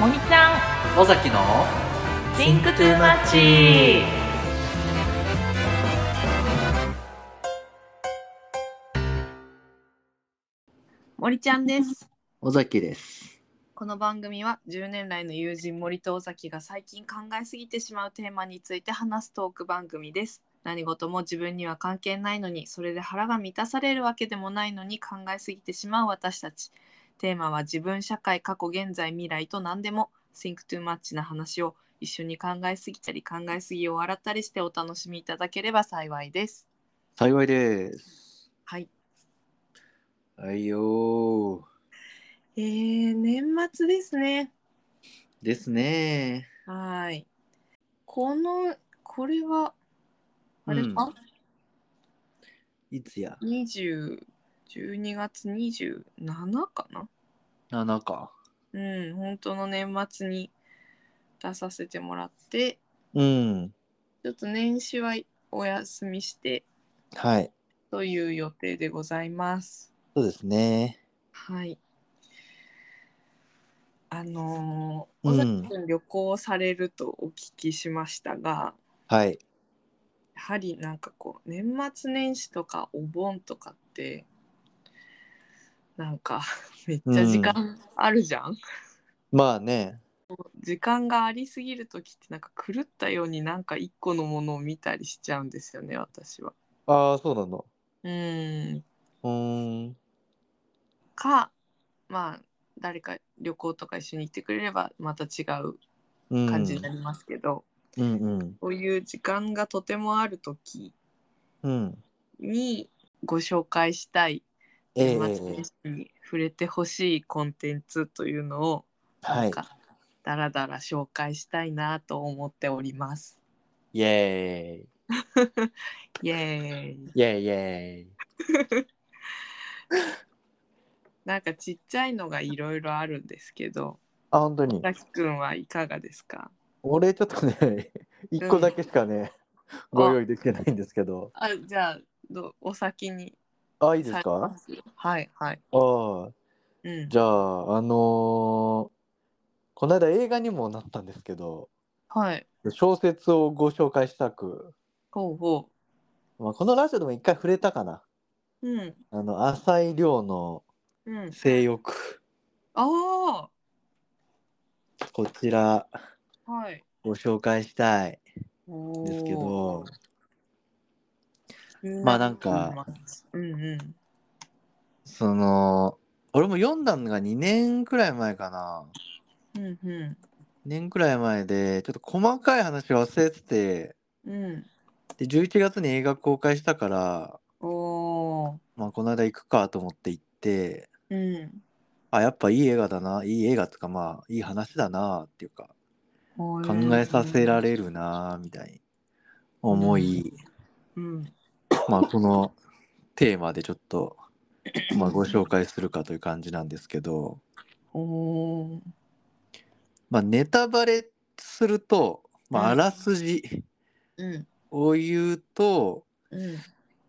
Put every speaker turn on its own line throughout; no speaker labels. もみちゃん
尾崎の
Think Too Much 森ちゃんです
尾崎です
この番組は10年来の友人森と尾崎が最近考えすぎてしまうテーマについて話すトーク番組です何事も自分には関係ないのにそれで腹が満たされるわけでもないのに考えすぎてしまう私たちテーマは自分社会過去現在未来と何でも Think Too Much な話を一緒に考えすぎたり考えすぎを笑ったりしてお楽しみいただければ幸いです。
幸いです
はい。
はいよ
えー、年末ですね。
ーですね
はい。このこれはあれか、
いつや
20 12月27かな
7か
うん本当の年末に出させてもらって
うん
ちょっと年始はお休みして
はい
という予定でございます。
そうですね
はい。あのー、
う
尾
ん
崎君旅行されるとお聞きしましたが、
はい
やはりなんかこう年末年始とかお盆とかってなんか めっちゃ時間あるじゃん、
まあね
時間がありすぎる時ってなんか狂ったようになんか一個のものを見たりしちゃうんですよね私は。
ああそうなの
うん
うーん
かまあ誰か旅行とか一緒に行ってくれればまた違う
うん
感じになりますけど、
うんうん
そういう時間がとてもある時
うん
にご紹介したい
ええ
年末年始に触れてほしいコンテンツというのを
は
なん
い
かだらだら紹介したいなと思っております。
イエーイ
イエーイ
イエーイイエーイ
なんかちっちゃいのがいろいろあるんですけど、
あ本当に
さきくんはいかがですか
俺ちょっとね一個だけしかね、
うん
ご用意できてないんですけど
あじゃあどうお先に
あいいで
さ
す
れ
か
ますはいはい。
ああ
うん、
じゃああのーこの間映画にもなったんですけど
はい。
小説をご紹介したく、
ほうほ
まあ、このラジオでも一回触れたかな
う。うん
あの浅井亮の
うん。
「性欲
あ」
こちら
あはい。
ご紹介したいん
お
ですけ
ー
どまあなんか。
うんうん。
その俺も読んだのが2年くらい前かな
うんう
2年くらい前でちょっと細かい話忘れてて
ん。うん。
で11月に映画公開したから、
おお。
まあ、この間行くかと思って行って
うん。
あやっぱいい映画だないい映画とかまあいい話だなっていうか
考
考えさせら。れるなみたいに思い、
うん。
まあこのテーマでちょっと、まあ、ご紹介するかという感じなんですけど、
おお。
まあ、ネタバレすると、まあ、
う
あ
ん
らすじ
うん。
を言うと、
うん。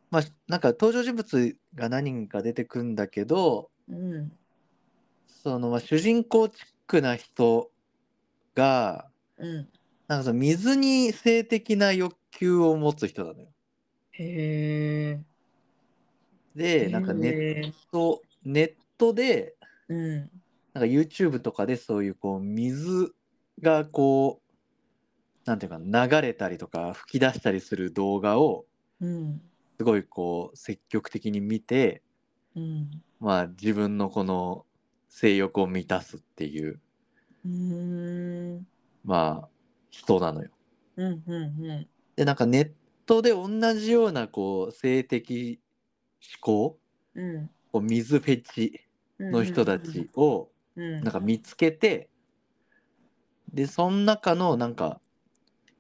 まあ、なんか登場人物が何人か出てくんだけど
うん。
そのまあ主人公チックな人が
うん。
なんかその水に性的な欲求を持つ人なのよ。
へえ。
で、なんかネッ
へー
ト、ネットで、
う
な
ん。
んか YouTube とかでそういうこう水がこう、なんていうかな流れたりとか吹き出したりする動画を
うん。
すごいこう積極的に見て、
うん。
まあ自分のこの性欲を満たすっていう、
うーん。
まあ人なのよ。
うん。うん。
で、なんかネットで同じようなこう性的思考、
うん。
こう水フェチ
うん。
の人たちを
うん。
なんか見つけてでその中のなんか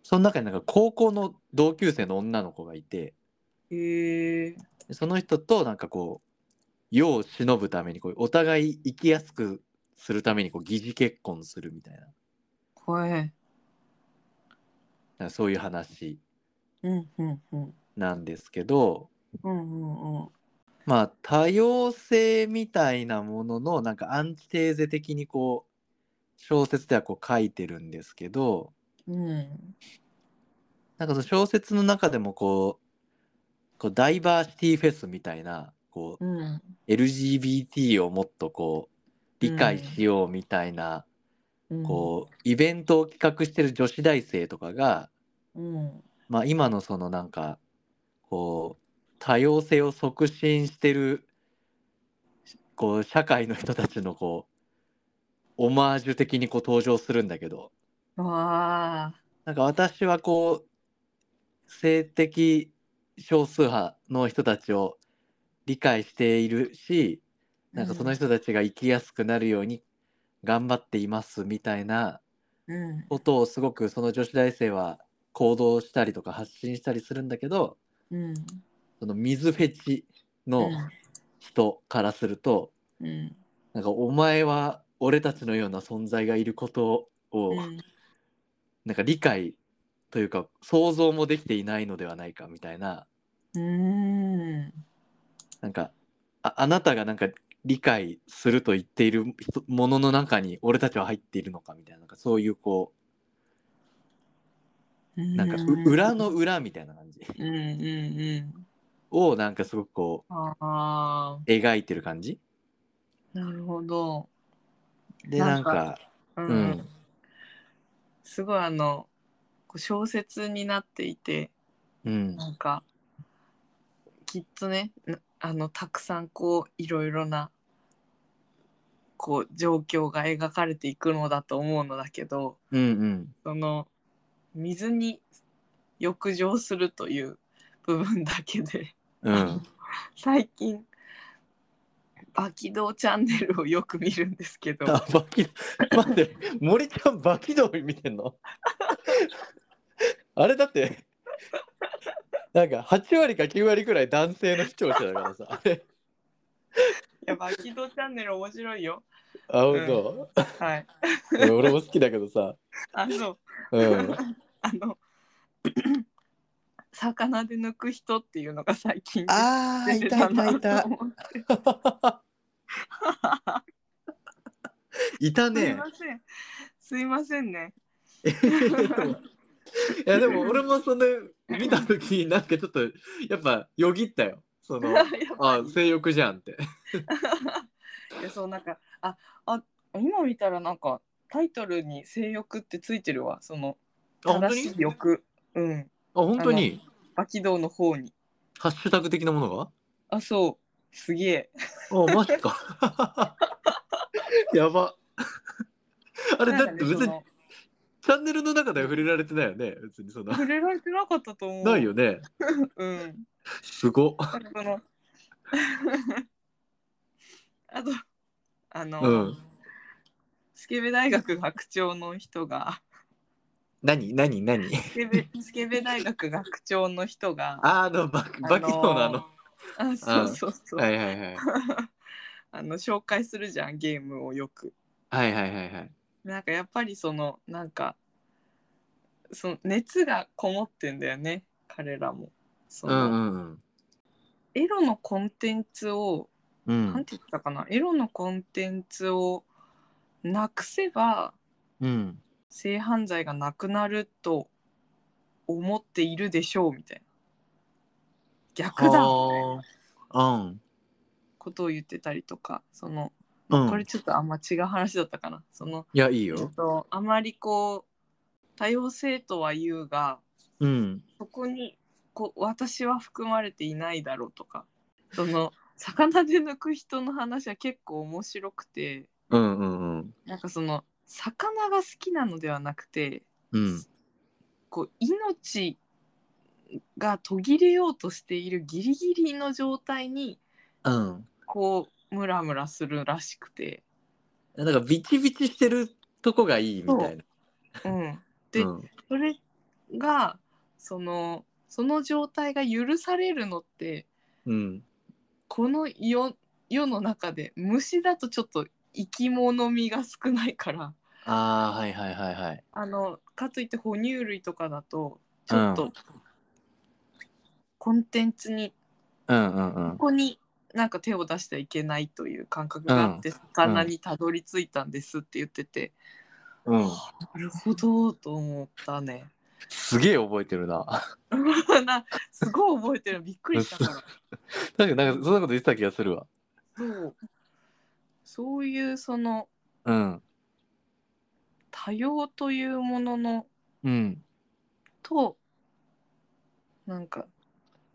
その中になんか高校の同級生の女の子がいて
へえ。
でその人となんかこう世を忍ぶためにこうお互い生きやすくするためにこう疑似結婚するみたいな
怖い。
なんかそういう話
うん。うん。うん。
なんですけど
うん。うん。うん。
まあ多様性みたいなもののなんかアンチテーゼ的にこう小説ではこう書いてるんですけど
うん。
なんかその小説の中でもこうこうダイバーシティフェスみたいなこう
うん。
LGBT をもっとこう理解しようみたいな、
うん
こうイベントを企画してる女子大生とかが、
うん。
まあ、今のそのなんかこう多様性を促進してるこう社会の人たちのこうオマージュ的にこう登場するんだけど
わあ。
なんか私はこう性的少数派の人たちを理解しているしなんかその人たちが生きやすくなるように頑張っていますみたいな
うん。
ことをすごくその女子大生は行動したりとか発信したりするんだけど
うん。
その水フェチ
う
の
ん。
人からすると、
うん。
なんかお前は俺たちのような存在がいることを、
うん
なんか理解というか想像もできていないのではないかみたいな
うん。
なんかああなたがなんか理解すると言っている人ものの中に俺たちは入っているのかみたいななんかそういうこうなんかう裏の裏みたいな感じ
うんうんうん
をなんかすごくこ
ああ
う描いてる感じ
なるほど、
でな
なんんか
か
うん
うん
すごいあのこう小説になっていて
うん
なんかきっとねなあのたくさんこういろいろなこう状況が描かれていくのだと思うのだけど
うんうん
その水に浴場するという部分だけで
うん
最近バキドーチャンネルをよく見るんです けど
あバキ待って森ちゃんバキドリ見てんの あれだってなんか8割か9割くらい男性の視聴者だからさあれ
いやバキドーチャンネル面白いよ。
あ本当、
はい。
うん、俺も好きだけどさ
あの、
うん
あの 魚で抜く人っていうのが最近
あー
出
い
て
た
た
いた
ないと
た
思って。
いた
すい
ね
ません。すいませんね。
いやでも俺もその見た時なんかちょっとやっぱよぎったよそ のあ性欲じゃんって
いやそうなんかああ今見たらなんかタイトルに性欲ってついてるわその
あ本当
正し
に
い欲うん
あ本当に
バキドーの方に
ハッシュタグ的なものが
あそうすげえ
あ、 マジか。 やば。 あれ、
なん
だっ
かね
て別
そ
に
の
チャンネルの中では触れられてないよね。別にそん な。
触れられてなかったと思う
ないよね。
うん
すごっ。
あとこの あとあの、
うん。
スケベ大学学長の人が
何何何
スケベスケベ大学学長の人が
ああの、バキバキのあの。
あのあそうそうそう、
はいはいはい。
あの紹介するじゃんゲームをよく
はいはいはいはい。
なんかやっぱりそのなんかその熱がこもってんだよね彼らもそ
うん
の、
うんうん。
エロのコンテンツを
う
なん
ん。
て言ったかなエロのコンテンツをなくせば
うん。
性犯罪がなくなると思っているでしょうみたいな逆だみたいな
はあ。うん。
ことを言ってたりとかその、
うん
これちょっとあんま違う話だったかなその、
いや、いい
えっ
よ。
と、あまりこう多様性とは言うが
うん。
そこにこう私は含まれていないだろうとかその魚で抜く人の話は結構面白くて
うんうんうん。
なんかその魚が好きなのではなくて
うん。
こう命が途切れようとしているギリギリの状態に
うん。
こうムラムラするらしくて、
なんかビチビチしてるとこがいいみたいな。
うん、で
うん
それがそのその状態が許されるのって
うん。
この世世の中で虫だとちょっと生き物味が少ないから
ああ、はいはいはいはい。
あのかといって哺乳類とかだとちょっ
う
とコンテンツに
うんうんうん
こ。こになんか手を出してはいけないという感覚があって魚にたどり着いたんですって言ってて、
うん、
なるほどと思ったね。
すげえ覚えてるな
なすごい覚えてるびっくりしたから。
確かになんかそんなこと言ってた気がするわ
そうそういうその
うん
多様というものの
うん
となんか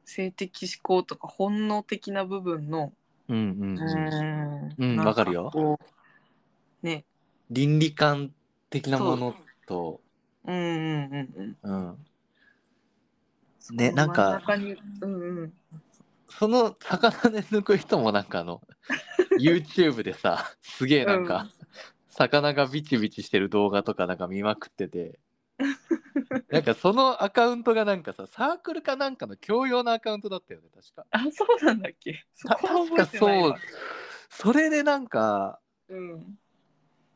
性的思考とか本能的な部分の
うんうん、うん、
うん
わかるよ
こうね
倫理観的なものと
うんうんうん
う、ん、
うん
ねなんか
真ん中にうんうん
その魚で抜く人もなんかあ の YouTube でさすげえなんか、
うん
魚がビチビチしてる動画とかなんか見まくって てなんかそのアカウントがなんかさサークルかなんかの教養のアカウントだったよね確か。
あそうなんだっけそ
た
こは
確
覚え
か
てない
そう
わ
それでなんか
うん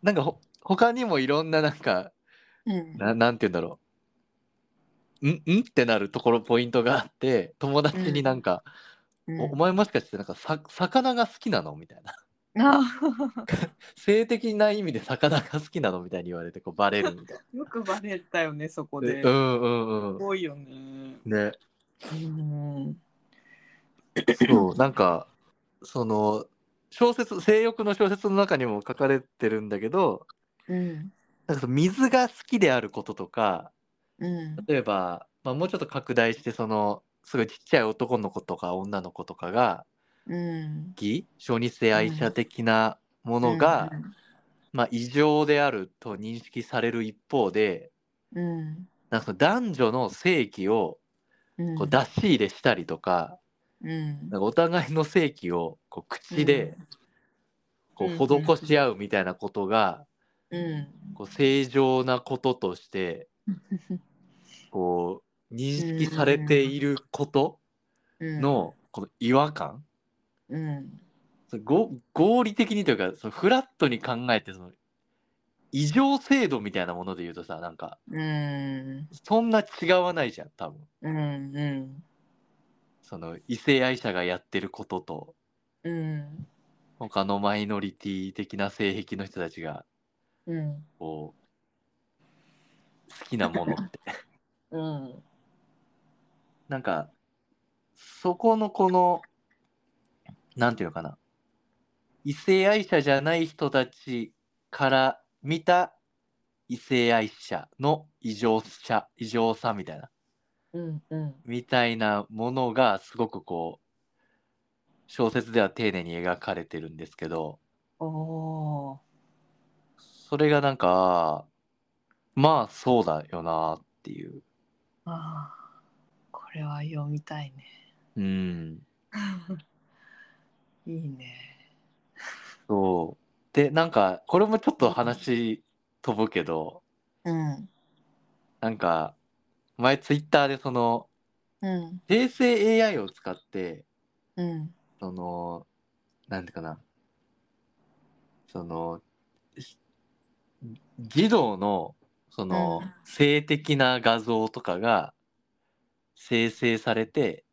なんかほ他にもいろんななんか
うん
ななんて言うんだろうんんってなるところポイントがあって友達になんか、
うん
おお前もしかしてなんかさ魚が好きなの?」みたいな
あ
性的な意味で魚が好きなのみたいに言われて こうバレるみたい
よくバレたよねそこ
な。
で
う
す
んうんうん。
ごいよね
ね。
うん
そうなんかその小説性欲の小説の中にも書かれてるんだけど
うん
なんかその水が好きであることとか
うん
例えば、まあ、もうちょっと拡大してそのすごいちっちゃい男の子とか女の子とかが
うん
義小児性愛者的なものが、まあ、異常であると認識される一方で
うん
なんかその男女の性器を
うん
こう出し入れしたりとか,、
うん
なんかお互いの性器をこう口でこ
うん
う施し合うみたいなことが
うん
こう正常なこととしてこう認識されていること
うん
のこの違和感
うん
そのご合理的にというかそのフラットに考えてその異常制度みたいなもので言うとさなんか
うん
そんな違わないじゃん多分
うんうん
その異性愛者がやってることと
うん
他のマイノリティ的な性癖の人たちが
うん
こう好きなものって
うん
なんかそこのこのなんていうのかな異性愛者じゃない人たちから見た異性愛者の異常者異常さみたいな
うんうん
みたいなものがすごくこう小説では丁寧に描かれてるんですけど
おー
それがなんかまあそうだよなっていう
あーこれは読みたいね
うん
いいね
そう。で、なんか、これもちょっと話飛ぶけど、
うん
なんか、前ツイッターでその、
うん
生成 AI を使って、
うん
その、なんていうかな、その、し児童の、その
う、
性的な画像とかが生成されて、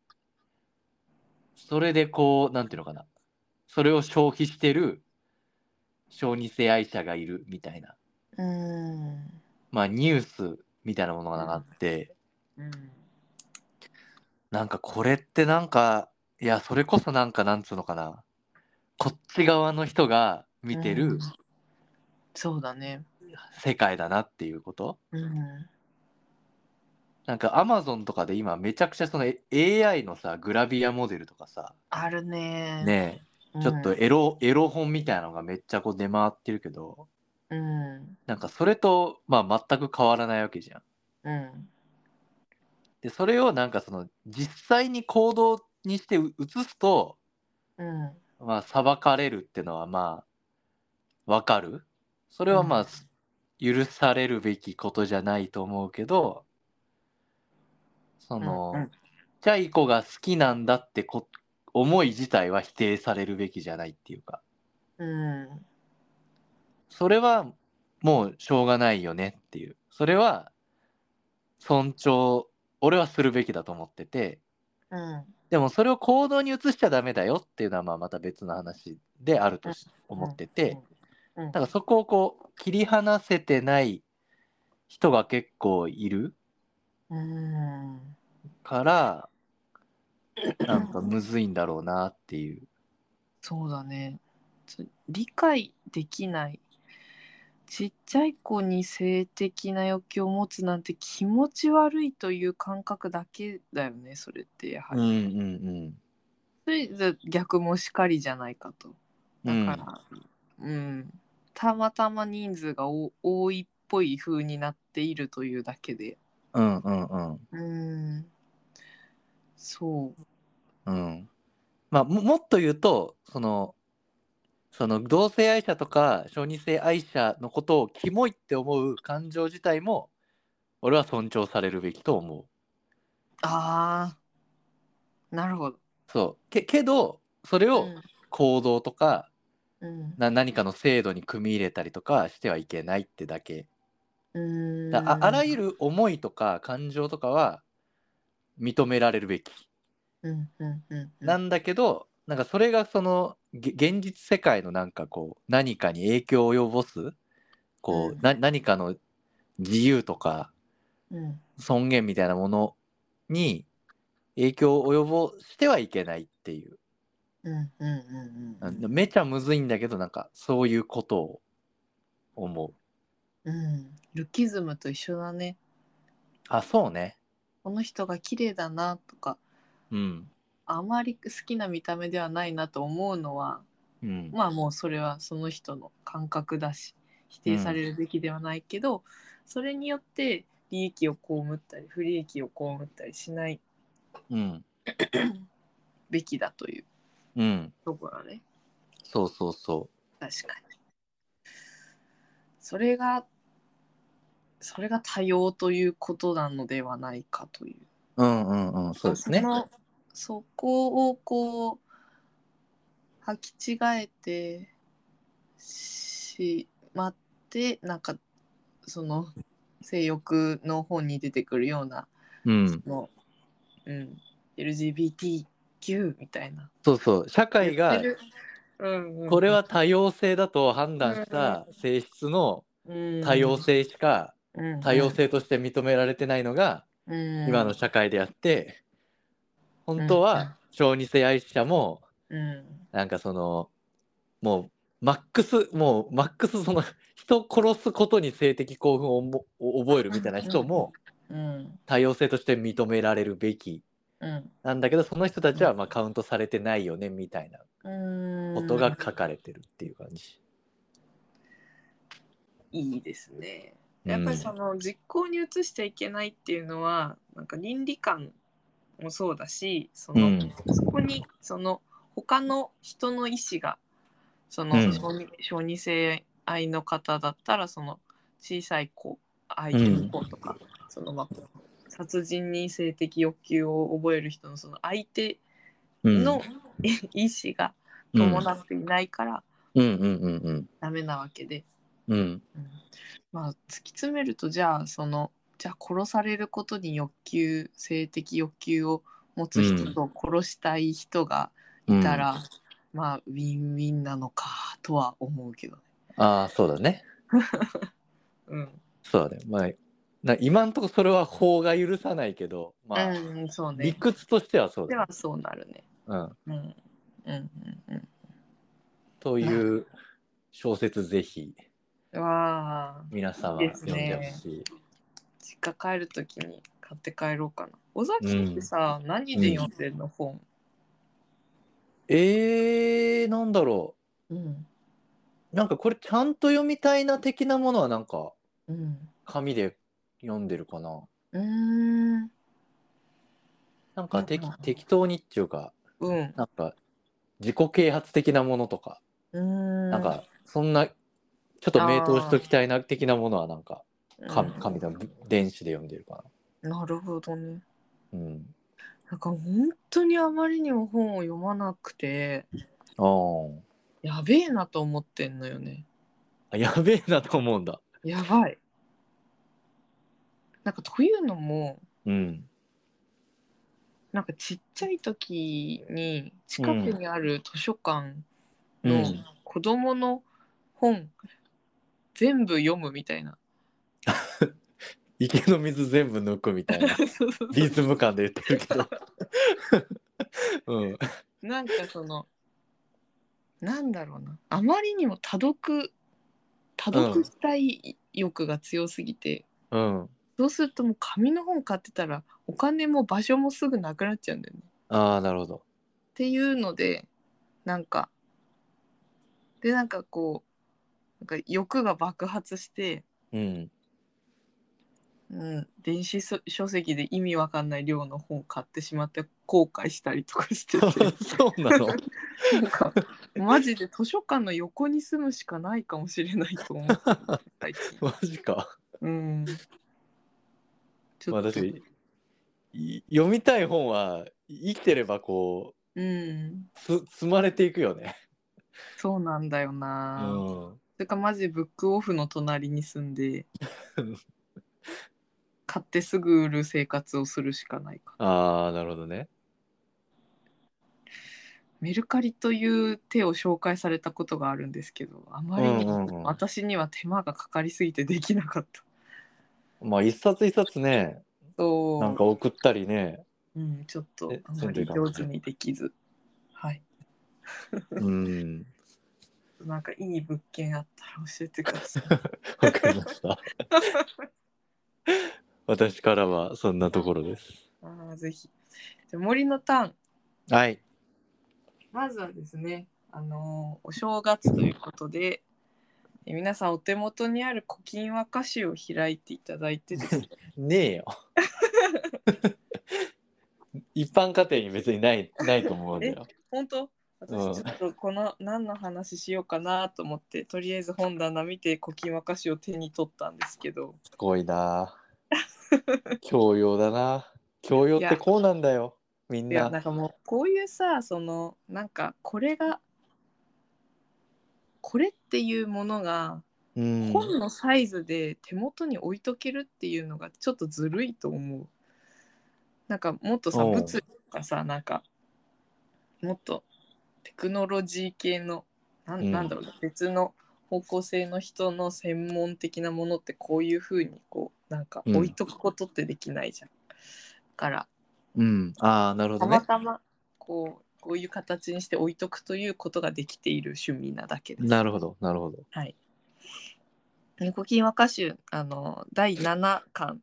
それでこう、なんていうのかな、それを消費してる小児性愛者がいるみたいな。
うん
まあ、ニュースみたいなものがあって、
うん
なんかこれってなんかいやそれこそなんかなんつうのかなこっち側の人が見て
う
る
んそうだね
世界だなっていうこと、
うん
なんかアマゾンとかで今めちゃくちゃそのえ AI のさグラビアモデルとかさ
あるね
ねえちょっとエロ、エロ本みたいなのがめっちゃこう出回ってるけど
うん
なんかそれとまあ全く変わらないわけじゃん。
うん
でそれをなんかその実際に行動にしてう移すと
うん
まあ裁かれるってのはまあわかるそれはまあ、
うん
許されるべきことじゃないと思うけどその、
うんうん
チャイコが好きなんだってこ思い自体は否定されるべきじゃないっていうか
うん
それはもうしょうがないよねっていうそれは尊重俺はするべきだと思ってて
うん
でもそれを行動に移しちゃダメだよっていうのはまあまた別の話であるとし思ってて、
うん
なんかそこをこう切り離せてない人が結構いる
うん
からなんかむずいんだろうなっていう。
そうだねつ理解できないちっちゃい子に性的な欲求を持つなんて気持ち悪いという感覚だけだよねそれってやは
うん
り、
うん
それで逆もしかりじゃないかと
う
だ
ん。
から、うんたまたま人数がお多いっぽい風になっているというだけで
うんうんうん
うんそう
うん。まあももっと言うとそのその同性愛者とか小児性愛者のことをキモいって思う感情自体も俺は尊重されるべきと思う。
ああなるほど
そうけけどそれを行動とか、
うん
な何かの制度に組み入れたりとかしてはいけないってだけ
うん
だああらゆ
る、
る思いとか感情とかは認められるべき
うんうんうんうん、
なんだけど、なんかそれがそのげ現実世界のなんかこう何かに影響を及ぼすこう、
うん
な何かの自由とか
うん
尊厳みたいなものに影響を及ぼしてはいけないっていう
うんうんうん
う
うんん
めちゃむずいんだけどなんかそういうことを思う
うんルッキズムと一緒だね
あそうね
この人が綺麗だなとか
うん
あまり好きな見た目ではないなと思うのは
うん
まあもうそれはその人の感覚だし否定されるべきではないけど、それによって利益を被ったり不利益を被ったりしない
うん
べきだという
うん
ところね
そうそうそ
確かにそれがそれが多様ということなのではないかという
ううんうんうんそうですね
のそこをこう履き違えてしまってなんかその性欲の本に出てくるような
うん
の、うん、LGBTQ みたいな。
そうそう社会
言
が
ってるうんうん
これは多様性だと判断した性質の多様、性しか
うんうん
多様、性として認められてないのが
うん、
今の社会であって本当は小児性愛者も
うん
なんかそのもうマックスもうマックスその人を殺すことに性的興奮をもを覚えるみたいな人も
うん
多様性として認められるべき
うん
なんだけどその人たちはまあカウントされてないよねみたいな
うん
ことが書かれてるっていう感じ。
いいですね。
うん
やっぱりその実行に移しちゃいけないっていうのはなんか倫理観もそうだしその、
うん
そこにその他の人の意思がその
うん
小児小児性愛の方だったらその小さい子相手の子とか、そのまあ殺人に性的欲求を覚える人のその相手
うん
の 意思が
うん
伴っていないから
うんうんうんうん
ダメなわけで、
うん
うんまあ突き詰めるとじゃあそのじゃあ殺されることに欲求性的欲求を持つ人と殺したい人がいたら、まあウィンウィンなのかとは思うけどね。
ああそうだね
うん
そうだねまあな今んとこそれは法が許さないけどまあ、
うん、そう
理
ね。
屈としてはそう
で
だ、ね
はそうなるね。
うん、
うんうんうん
という小説ぜひ
うん。わあ
皆さんはい
いです
読ん
ね
でほしい。
実家帰るときに買って帰ろうかな。尾崎ってさ、何で読んでんの本、
えー、なんだろ
うん
う。なんかこれちゃんと読みたいな的なものはなんか
うん、
紙で読んでるかな。
うーん
なんかてき
うんうん
適当にっていうか、
うん
なんか自己啓発的なものとか、
うん
なんかそんなちょっと名刀しときたいな的なものはなんか紙
うん
紙だ電子で読んでるか
なるほどね。
な。うん。
なんか本当にあまりにも本を読まなくて
あー
やべえなと思ってんのよね。
あ。やべえなと思うんだ。
やばい。なんかというのも
うん。
なんかちっちゃい時に近くにある図書館
う
の
ん
子供の本全部読むみたいな
池の水全部抜くみ たいな
そうそうそう
リズム感で言ってるけど うん
なんかそのなんだろうなあまりにも多読多読したい欲が強すぎて、
うん
そうするともう紙の本買ってたらお金も場所もすぐなくなっちゃうんだよね。
ああなるほど
っていうのでなんかでなんかこうなんか欲が爆発して、
うん
うん、電子書書籍で意味わかんない量の本買ってしまって後悔したりとかしてて
そうなの
なんかマジで図書館の横に住むしかないかもしれないと思う最近。
マジか
うんち
まあ
っと
確かにい読みたい本は生きてればこ
うん、
うつ積まれていくよね
そうなんだよ
う
な、
ん
それかマジでブックオフの隣に住ん で買ってすぐ売る生活をするしかないか
ああなるほどね
メルカリという手を紹介されたことがあるんですけどあまりに
うんうんうん
私には手間がかかりすぎてできなかった、
まあ一冊一冊ね
そう
なんか送ったりね
うん、ちょっと
え
あまり上手にできずはい
うん
なんかいい物件あったら教えてく ださい
わかりま した私からはそんなところです
あーぜひじゃあ森のターン
はい
まずはですね、あのーお正月ということで、え皆さんお手元にある古今和歌集を開いていただいて ですね、
ねえよ 一般家庭に別にないないと思うんだよ
本当私ちょっとこの何の話しようかなと思って、とりあえず本棚見て古今和歌集を手に取ったんですけど、
すごいなあ教養だな教養ってこうなんだよみん
いやな
なん
かもうこういうさ、そのなんかこれがこれっていうものが
うん
本のサイズで手元に置いとけるっていうのがちょっとずるいと思う。なんかもっとさ
うん
物理とかさなんかもっとテクノロジー系のな
うん
んなんだろうな、別の方向性の人の専門的なものってこういうふうにこうなんか
うん
置いとくことってできないじゃん。だから
うんああなるほ
た
ど
ま
ね
たまこうこういう形にして置いとくということができている趣味なだけです。
なるほどなるほど
猫金和歌集あの第7巻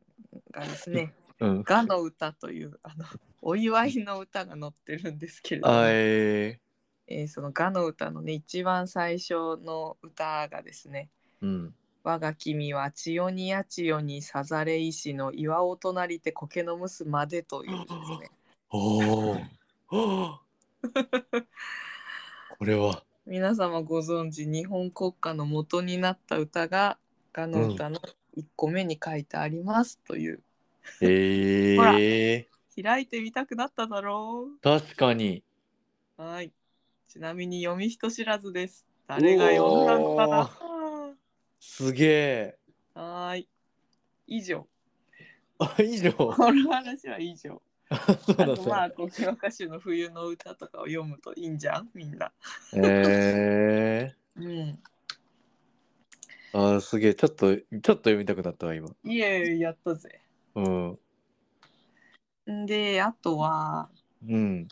がですね
うん
「がの歌」というあのお祝いの歌が載ってるんですけれども、
あえ
えーその「がの歌」のね一番最初の歌がですね
ー、うん
「我が君は千代にや千代にさざれ石の岩を隣りて苔のむすまで」というですね
お おこれは
皆様ご存知日本国歌の元になった歌が「がの歌」の1個目に書いてありますという、
え
ほら
え
開いてみたくなっただろう。
確かに
はい。ちなみに読み人知らずです。誰が読んだのかな
すげえ
はーい。以上。
あ以上
この話は以上。
そう
あ
だっ
と
た
まあ、国評歌集の冬の歌とかを読むといいんじゃんみんな。
え
うん。
ー、あーすげえちょっとちょっと読みたくなったわ今
いえいえ、やったぜ。
うん
んで、あとは、
うん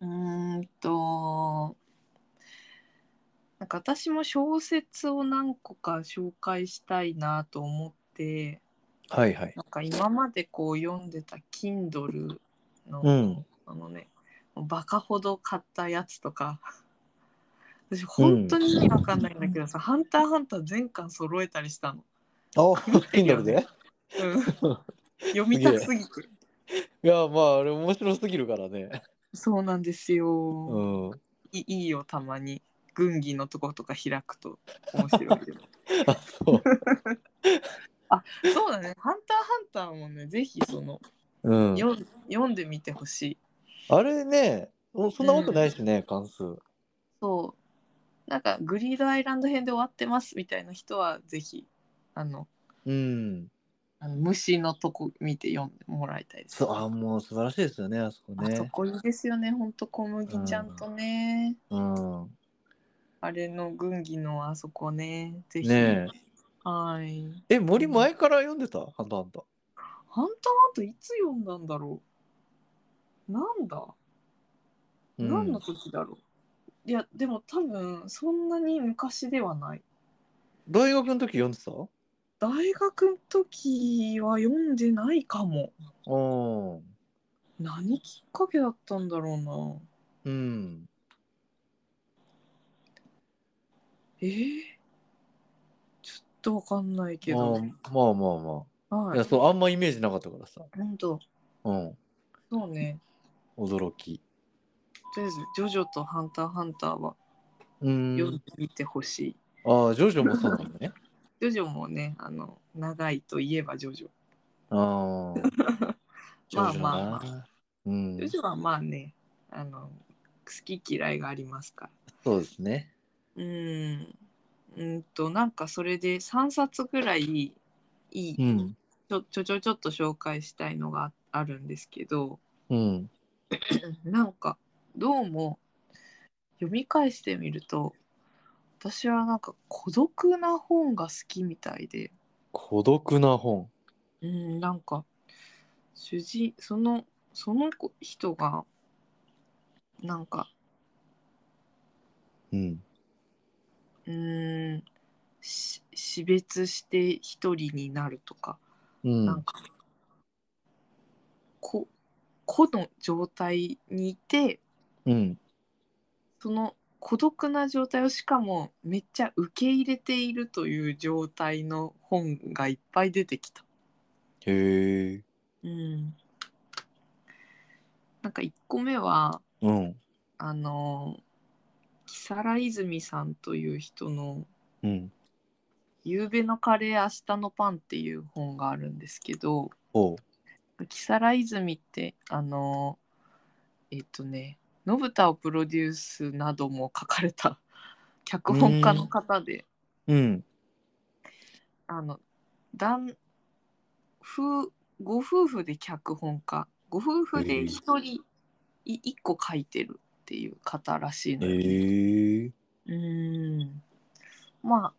うーんと、なんか私も小説を何個か紹介したいなと思って、
はいはい
なんか今までこう読んでた Kindle の、
うん
あのね、バカほど買ったやつとか、 私、本当に意味わかんないんだけどさ、ハンターハンター全巻揃えたりしたの。
あ
Kindle
Kindle
で
で
うん、 読みたくすぎて。
いやまああれ面白すぎるからね
そうなんですよ、
うん
い。いいよ、たまに。軍議のとことか開くと面白いよ。
あそう
そうだね、ハンターハンターもね、ぜひその、
うん
よん、読んでみてほしい。
あれねおそんな多くないしね関数
そう。なんか、グリードアイランド編で終わってますみたいな人は、ぜひ、あの、
うん
あの虫のとこ見て読んでもらいたいです。
そうあもう素晴らしいですよねあそこ
あそ
ね
こいいですよね、ほんと小麦ちゃんとね。
うん
あれの軍技のあそこね。ぜひ。
ね
はい。
え。え、森前から読んでたハンターハンター。
ハンターハンターいつ読んだんだろうなんだ
うん
何の時だろう、いやでも多分そんなに昔ではない
大学の時読んでたあ
大学の時は読んでないかも
あ。
何きっかけだったんだろう
う
な
ん。
えー、ちょっとわかんないけど
あーまあまあまあ。
はい
や、
い
そう、あんまイメージなかったからさ。
本当
うん。
そうね
驚き。
とりあえず「ジョジョとハンターハンター」は
う
読ん
ん。
でみてほしい、
ああ、ジョジョもそうなのね。
ジョジョもねあの長いといえばジョジョ
ああ。ジョジョな
まあまあ
うん
ジョ。ジョはまあねあの好き嫌いがありますから
そうですね。
うーんうーんとなんかそれで3冊ぐらいいい
うん。
ちょちょちょちょっと紹介したいのがああるんですけど
うん。
なんかどうも読み返してみると私はなんか孤独な本が好きみたいで
孤独な本。
うんなんか主人そのその子人がなんか
うん。
うーんし死別して一人になるとか
うん。
なんか、こ個の状態にいて
うん。
その孤独な状態をしかもめっちゃ受け入れているという状態の本がいっぱい出てきた。
へえ。
うん、なんか1個目は
うん。
あの木更泉さんという人の
うん。
「夕べのカレー明日のパン」っていう本があるんですけど、
ほ
木更泉ってあのえっとね信太をプロデュースなども書かれた脚本家の方で
う。うん。
あのだん夫ご夫婦で脚本家ご夫婦で一人い一個書いてるっていう方らしいのよ
へえ。
うーんまあ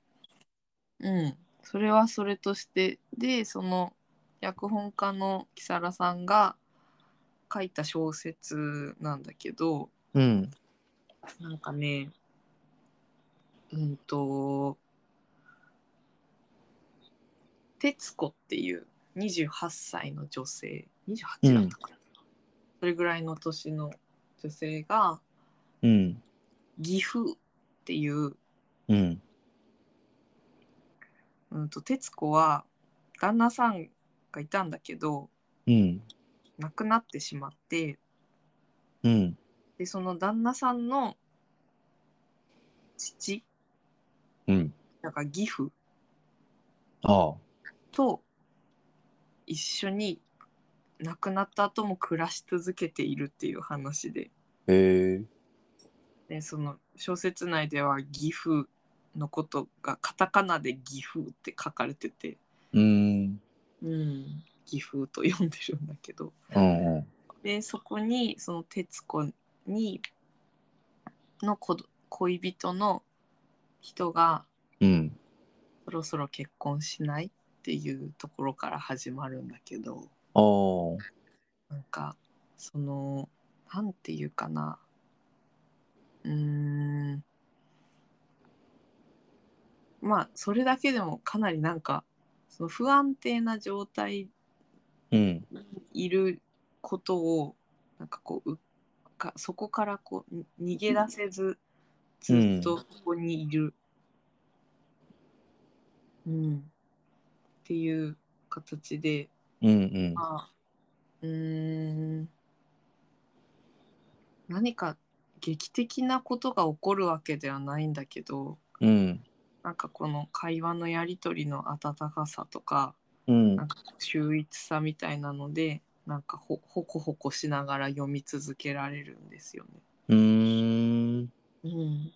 うんそれはそれとしてでその脚本家の木更さんが書いた小説なんだけど
うん。
なんかねうんと徹子っていう28歳の女性28だったかな、それぐらいの年の女性が
うん。
岐阜っていう
うん。
うんと徹子は旦那さんがいたんだけど
うん。
亡くなってしまって
うん。
でその旦那さんの父
うん。
だから義父
ああ。
と一緒に亡くなった後も暮らし続けているっていう話で
へえ。
でその小説内では義父のことがカタカナで義父って書かれてて、
うん。
うん、義父と呼んでるんだけど
うん。うん。
でそこにその徹子にの子ど恋人の人が
うん。
そろそろ結婚しないっていうところから始まるんだけど
ああ。
なんかそのなんていうかなうーんまあそれだけでもかなりなんかその不安定な状態
うん。
いることをなんかこううかそこからこうに逃げ出せずずっとここにいる、うんっていう形で
うん。うん。
まあうーん何か劇的なことが起こるわけではないんだけど
うん。
なんかこの会話のやり取りの温かさとか、
うん
なん。か秀逸さみたいなのでなんかほほこほこしながら読み続けられるんですよね。
うん。
うん、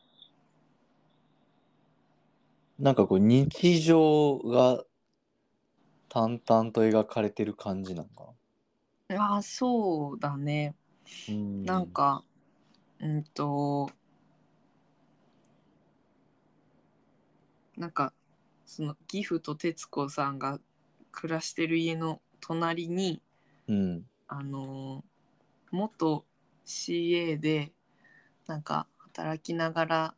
なんかこう、日常が淡々と描かれてる感じなんかな。
あーそうだね
うん
なん。かうんとなんかそのギフと徹子さんが暮らしてる家の隣に
うん
あのー元 CA でなんか働きながら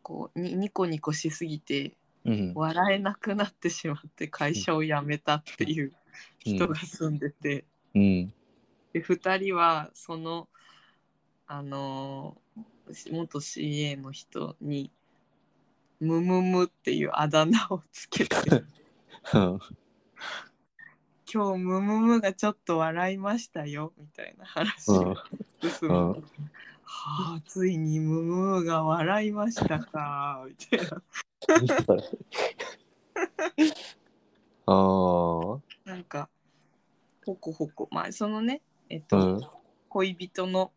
こうにニコニコしすぎて
うん
笑えなくなってしまって会社を辞めたっていう人が住んでて。
うん
で2人はそのあのー元 CA の人に「ムムム」っていうあだ名をつけ て「今日ムムムがちょっと笑いましたよ」みたいな話を進む、
うん
はあついにムムムが笑いましたか」みたいな
なんだそれあ
なんかほこほこまあそのねえっと、
うん
恋人の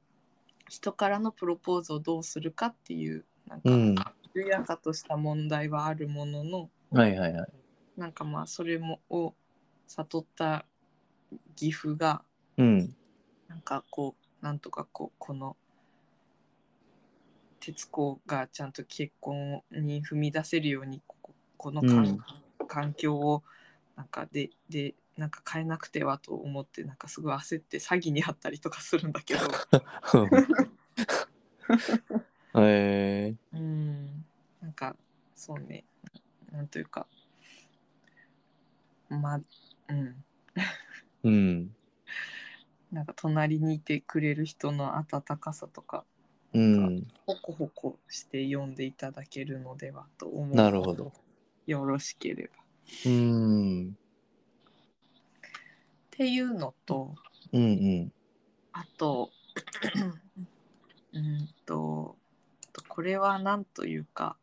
人からのプロポーズをどうするかっていうなんか、
あうん
緩やかとした問題はあるものの
はいはいはい
なんかまあそれもを悟った岐阜が
うん
なんかこうなんとかこうこの徹子がちゃんと結婚に踏み出せるようにこここのかん環境をなんかででなんか変えなくてはと思ってなんかすごい焦って詐欺にあったりとかするんだけど
へえ
うんなんかそうねなんというかまあうん
うん
なんか隣にいてくれる人の温かさとか
うん
ホコホコして読んでいただけるのではと思う
なるほど
よろしければっ
うん
ていうのと
うんうん
あと うんとこれは何というか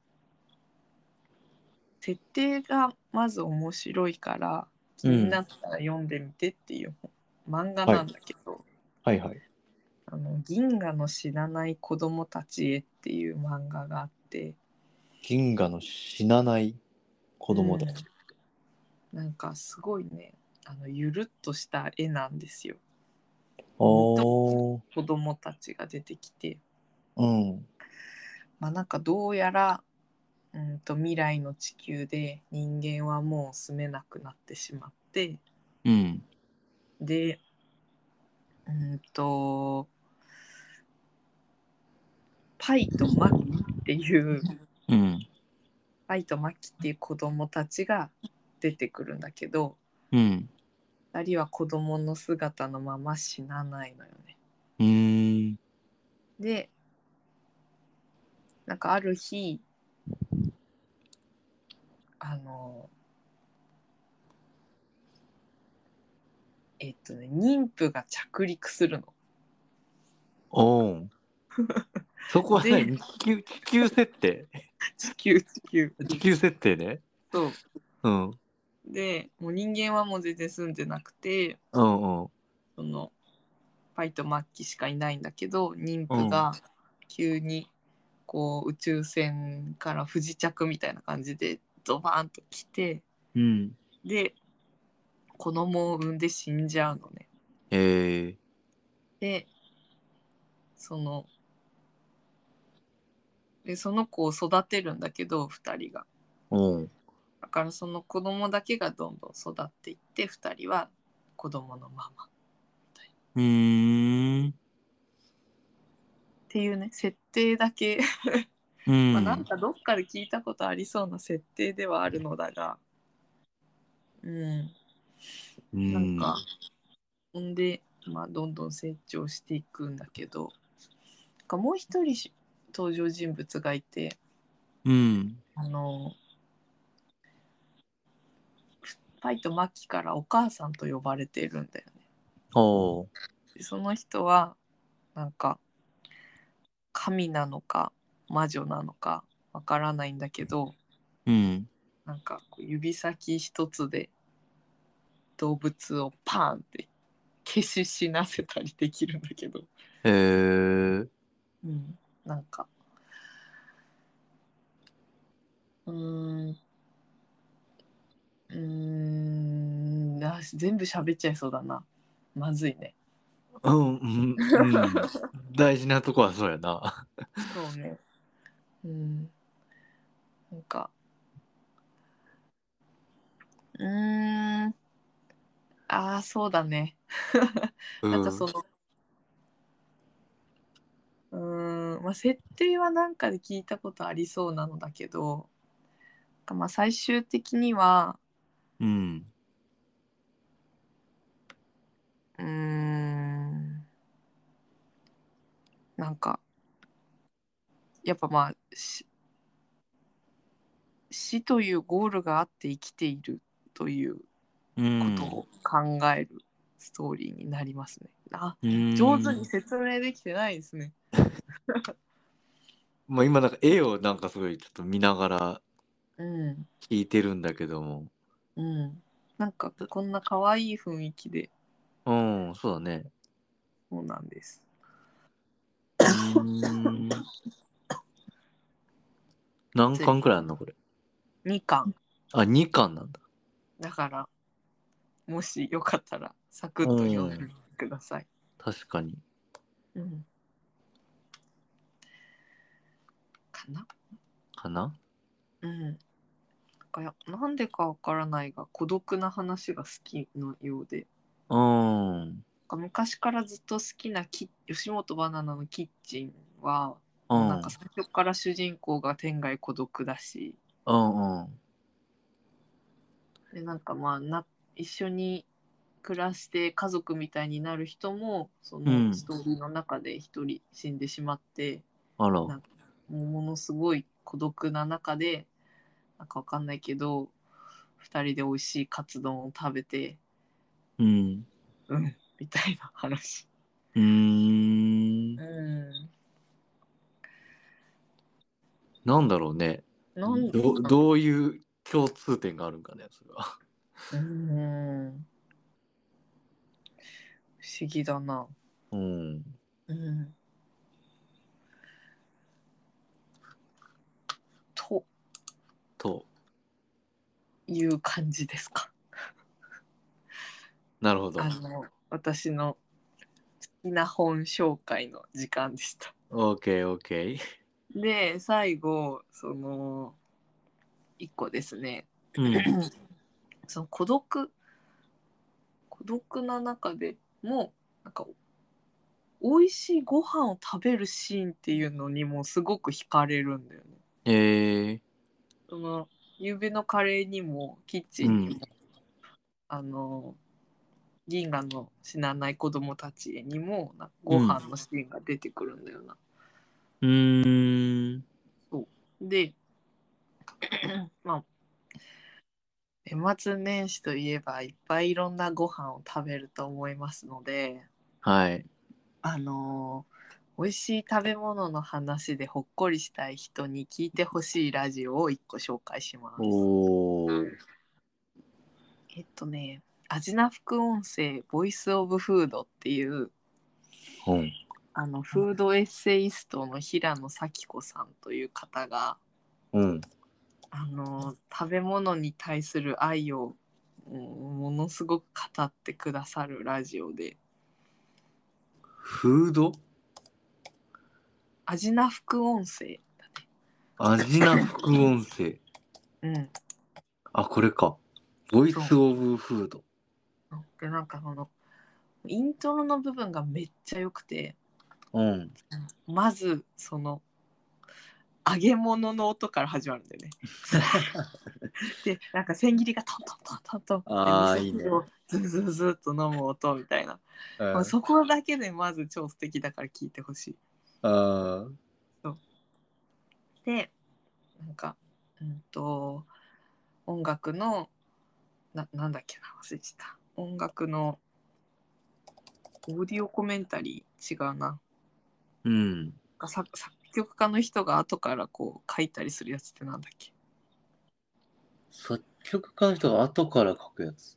設定がまず面白いから気になったら読んでみてっていう本、漫画なんだけど、
はいはい
あの「銀河の知らない子供たちへ」っていう漫画があって。
銀河の死なない子供だ
うんなんかすごいねあのゆるっとした絵なんですよ
おー
子供たちが出てきて
うん
まあなんかどうやらうんと未来の地球で人間はもう住めなくなってしまって
うん
でうんとパイとマキっていう
うん
パイとマキっていう子供たちが出てくるんだけど
うん
2人は子供の姿のまま死なないのよね。
うん
でなんかある日あのえっとね妊婦が着陸するの
おーそこは
で
ね地球地球設定
地球地球
地球設定ね
と
うん
でもう人間はもう全然住んでなくて
うんうん
そのパイとマッキしかいないんだけど妊婦が急にこう宇宙船から不時着みたいな感じでドバーンと来て
うん
で子供を産んで死んじゃうのね。
へえ
でそのでその子を育てるんだけど2人が。
うん
だからその子供だけがどんどん育っていって2人は子供のままっ
うーん
ていうね設定だけ、
うん
まあなんかどっかで聞いたことありそうな設定ではあるのだがうんなんか、ほんで、まあ、どんどん成長していくんだけど、なんかもう一人し登場人物がいて、
うん
あの、パイとマキからお母さんと呼ばれてるんだよね。
おー
でその人は、なんか、神なのか、魔女なのか、わからないんだけど、
うん
なんかこう指先一つで動物をパーンって消し死なせたりできるんだけど、
へえ
うん、なんかうーんうーんあ全部喋っちゃいそうだなまずいね
うんうん うん大事なとこはそうやな
そうねうんなんかああそうだね。
うん
なんかそのうーんまあ設定はなんかで聞いたことありそうなのだけどなんかまあ最終的には
うん
うーんなんかやっぱまあし死というゴールがあって生きているという
うん
ことを考えるストーリーになりますね。あ
うん
上手に説明できてないですね。
まあ今なんか絵をなんかすごいちょっと見ながら
うん、
聞いてるんだけども
うん、なんかこんな可愛い雰囲気で
うんそうだね
そうなんです。
うーん何巻くらいあるのこれ
2巻
あ二2巻なんだ
だからもしよかったらサクッと読んでみてください。
確かに
うん、かな
かな
うん。なんかやなんでかわからないが孤独な話が好きのようで。
うん
なんか昔からずっと好きなキ吉本バナナのキッチンは、
うん
なんか最初から主人公が天涯孤独だし
うんうん
でなんかまあな一緒に暮らして家族みたいになる人もそ
うん
のストーリーの中で一人死んでしまって、
あら
なんかもうものすごい孤独な中でなんかわかんないけど2人で美味しいカツ丼を食べて
うん
うんみたいな話。
うーん
うん、
なんだろうね
なん
どどういう共通点があるんかねそれは
うーん不思議だな。
うん
うん。と
と
いう感じですか。
なるほど
あの私の好きな本紹介の時間でした。
OKOK
で最後その一個ですね。
うん
その孤独孤独な中でもなんか美味しいご飯を食べるシーンっていうのにもすごく惹かれるんだよね。
えー、
その夕べのカレーにもキッチンに
う
も、
ん
あの銀河の死なない子供たちにもなんかご飯のシーンが出てくるんだよな。
うーん
で まあ年末年始といえばいっぱいいろんなご飯を食べると思いますので
はい
あのー美味しい食べ物の話でほっこりしたい人に聞いてほしいラジオを一個紹介します。
おー
えっとね「アジナ副音声ボイス・オブ・フード」っていう
うん
あのフードエッセイストの平野咲子さんという方が
うん
あの食べ物に対する愛をうんものすごく語ってくださるラジオで
フード
「アジナ副音声」だ
味な副音 声
ね。
あこれかボイスオブフード
うん、でなんかそのイントロの部分がめっちゃ良くて
うん
まずその揚げ物の音から始まるんだよね。でなんか千切りがトントントントントン
あー
で味噌汁をズズズズっと飲む音みたいなも
あ
うそこだけでまず超素敵だから聞いてほしい。
あ
でなんかうんと音楽のななんだっけな忘れちゃった音楽のオーディオコメンタリー違うな
うん
が作作曲家の人が後からこう書いたりするやつってなんだっけ
作曲家の人が後から書くやつ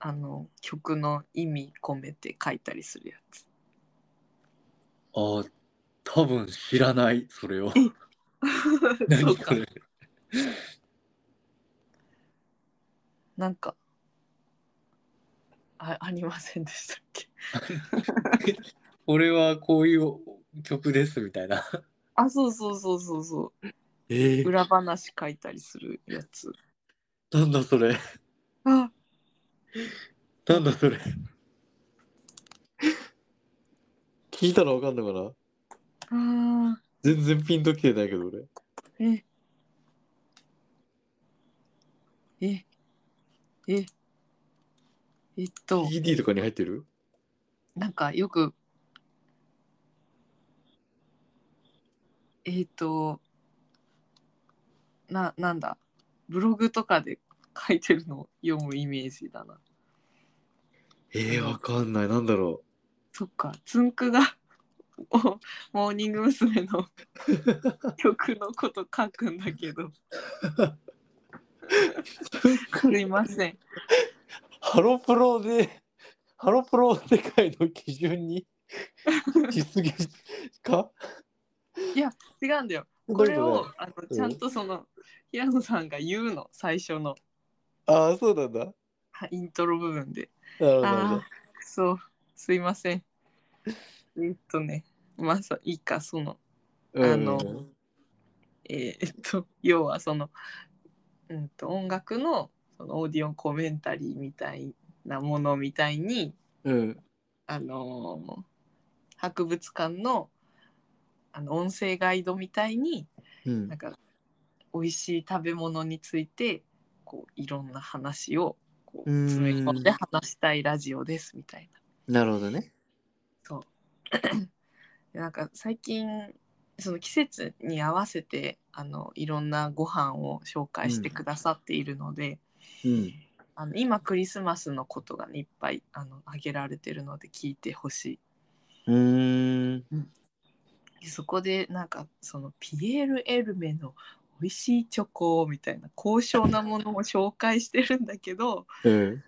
あの曲の意味込めて書いたりするやつ。
あー多分知らないそれ を
そう
何
か
これ
なんかあありませんでしたっけ
俺はこういう曲ですみたいな
あそうそうそうそうそ
え
う裏話書いたりするやつ。
なんだそれ
あ
なんだそれ。聞いたらわかんのかな
あ
全然ピンときてないけど俺。
あ、え。え。え。えっと、
CD とかに入ってる
なんかよく。えっと。な、なんだ。ブログとかで書いてるのを読むイメージだな。
えー、わかんない。なんだろ
そっか、つんくが おモーニング娘。の曲のこと書くんだけど、
う。
すいません。
ハロプロで、ハロプロ世界の基準 にしすぎか
違うんだよ。これ
どういう
を
とだよ
あのちゃんとその、平野さんが言うの、最初の
ああ、そうなんだ。なる
はイントロ部分で。
ほどなるほ
あ
ど。
あ、そう、すいません。えっとね、まあ、そういいか、その、
うん
あのえーえっと要はその、うん、と音楽のそのオーディオンコメンタリーみたいなものみたいに
うん。
あのー博物館のあの音声ガイドみたいに
うん
なん。か美味しい食べ物についてこういろんな話をこう
うーん
詰め込んで話したいラジオですみたいな。
なるほどね。
そうでなんか最近その季節に合わせてあのいろんなご飯を紹介してくださっているので、
うん。
あの今クリスマスのことがね、いっぱいあの挙げられてるので聞いてほしい。
うーん。
そこでなんかそのピエール・エルメの美味しいチョコみたいな高尚なものも紹介してるんだけど
うん。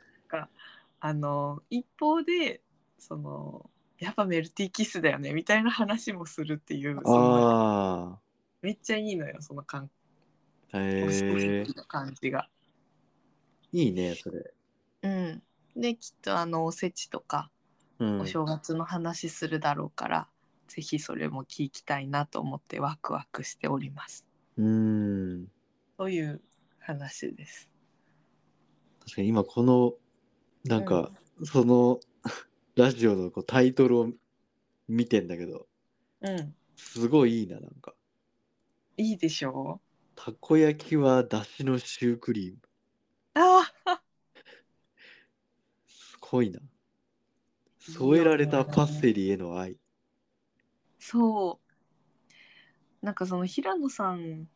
あの一方でそのやっぱメルティーキスだよねみたいな話もするっていうその
あ
めっちゃいいのよその感
あ。
おしお
へえ
し。の感じが。
いいね、それ。
うん、できっとあのおせちとか
うん
お。正月の話するだろうから、ぜひそれも聞きたいなと思ってワクワクしております。
うん。
という話です。
確かに今この、なん
う
か、その、ラジオのこうタイトルを見てんだけど、
うん、
すごいいいな、なんか。
いいでしょう。
たこ焼きはだしのシュークリーム。
あ
すごいな。添えられたパセリへの愛。
そう。なんかその平野さん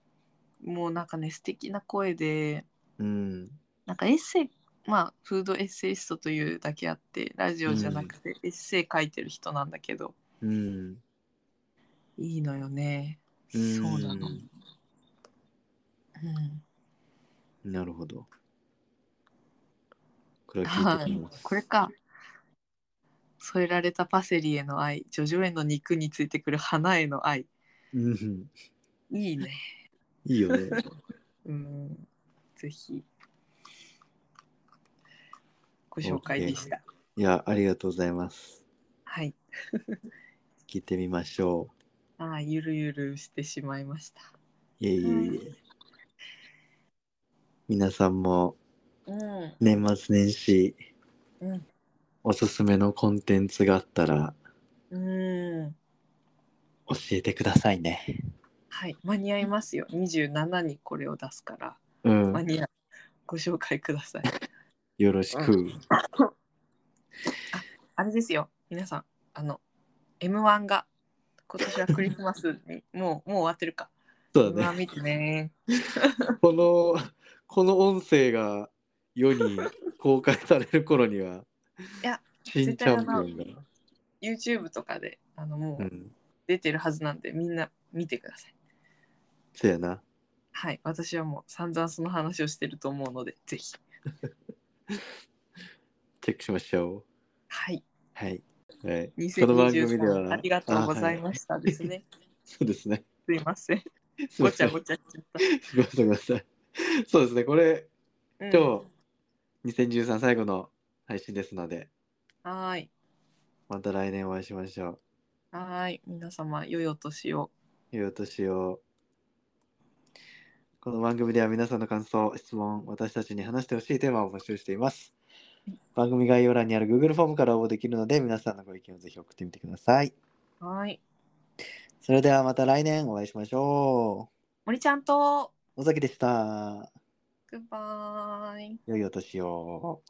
もなんかね素敵な声で
うん。
なんかエッセイまあフードエッセイストというだけあってラジオじゃなくてエッセイ書いてる人なんだけど、
うん。
いいのよね。
ん
そうなの。うん。
なるほど。これは聞
はい
てき
い
ます。
これか。添えられたパセリへの愛、ジョジョへの肉についてくる花への愛。
うん。
いいね。
いいよね。
うん、ぜひ。ご紹介でした。
いや、ありがとうございます。
はい。
聞いてみましょ
ああ、ゆるゆるしてしまいました。
う。いえいえいえ。皆さんも
うん。
年末年始
うん。
おすすめのコンテンツがあったら
うん。
教えてくださいね。
はい、間に合いますよ。二十七にこれを出すから。
う
間
ん。
に合う。ご紹介ください。
よろしく。
あれですよ。皆さん、あの。M1 が。今年はクリスマスに、 もう、もう終わってるか。
そうだね
M1。見てね。
このこの音声が世に公開される頃にはい
や
新チャンピオンが、
YouTube とかで、あの、も
う、
うん出てるはずなんで、みんな見てください。
そうやな
はい、私はもう散々その話をしてると思うので、ぜひ。
チェックしましょう
はい、
はい、はい、この番組で
2023
は
ありがとうござい
す、は
ましたですね。
そうですね
すい ません、
すい
ご
ま
ち
せ
ゃ
ん
ごちゃしちゃっ
すいませんごめんなさいそうですねこれ
た。うん
今日2013最後の配信ですので
はーい、
また来年お会いしましょ
はーい、皆様良いお年を。
う良いお年をこの番組では皆さんの感想、質問、私たちに話してほしいテーマを募集しています。番組概要欄にある Google フォームから応募できるので、皆さんのご意見をぜひ送ってみてください。
はい。
それではまた来年お会いしましょ
森ちゃんと、
う。尾崎でした。
グッバイ。
良いお年を。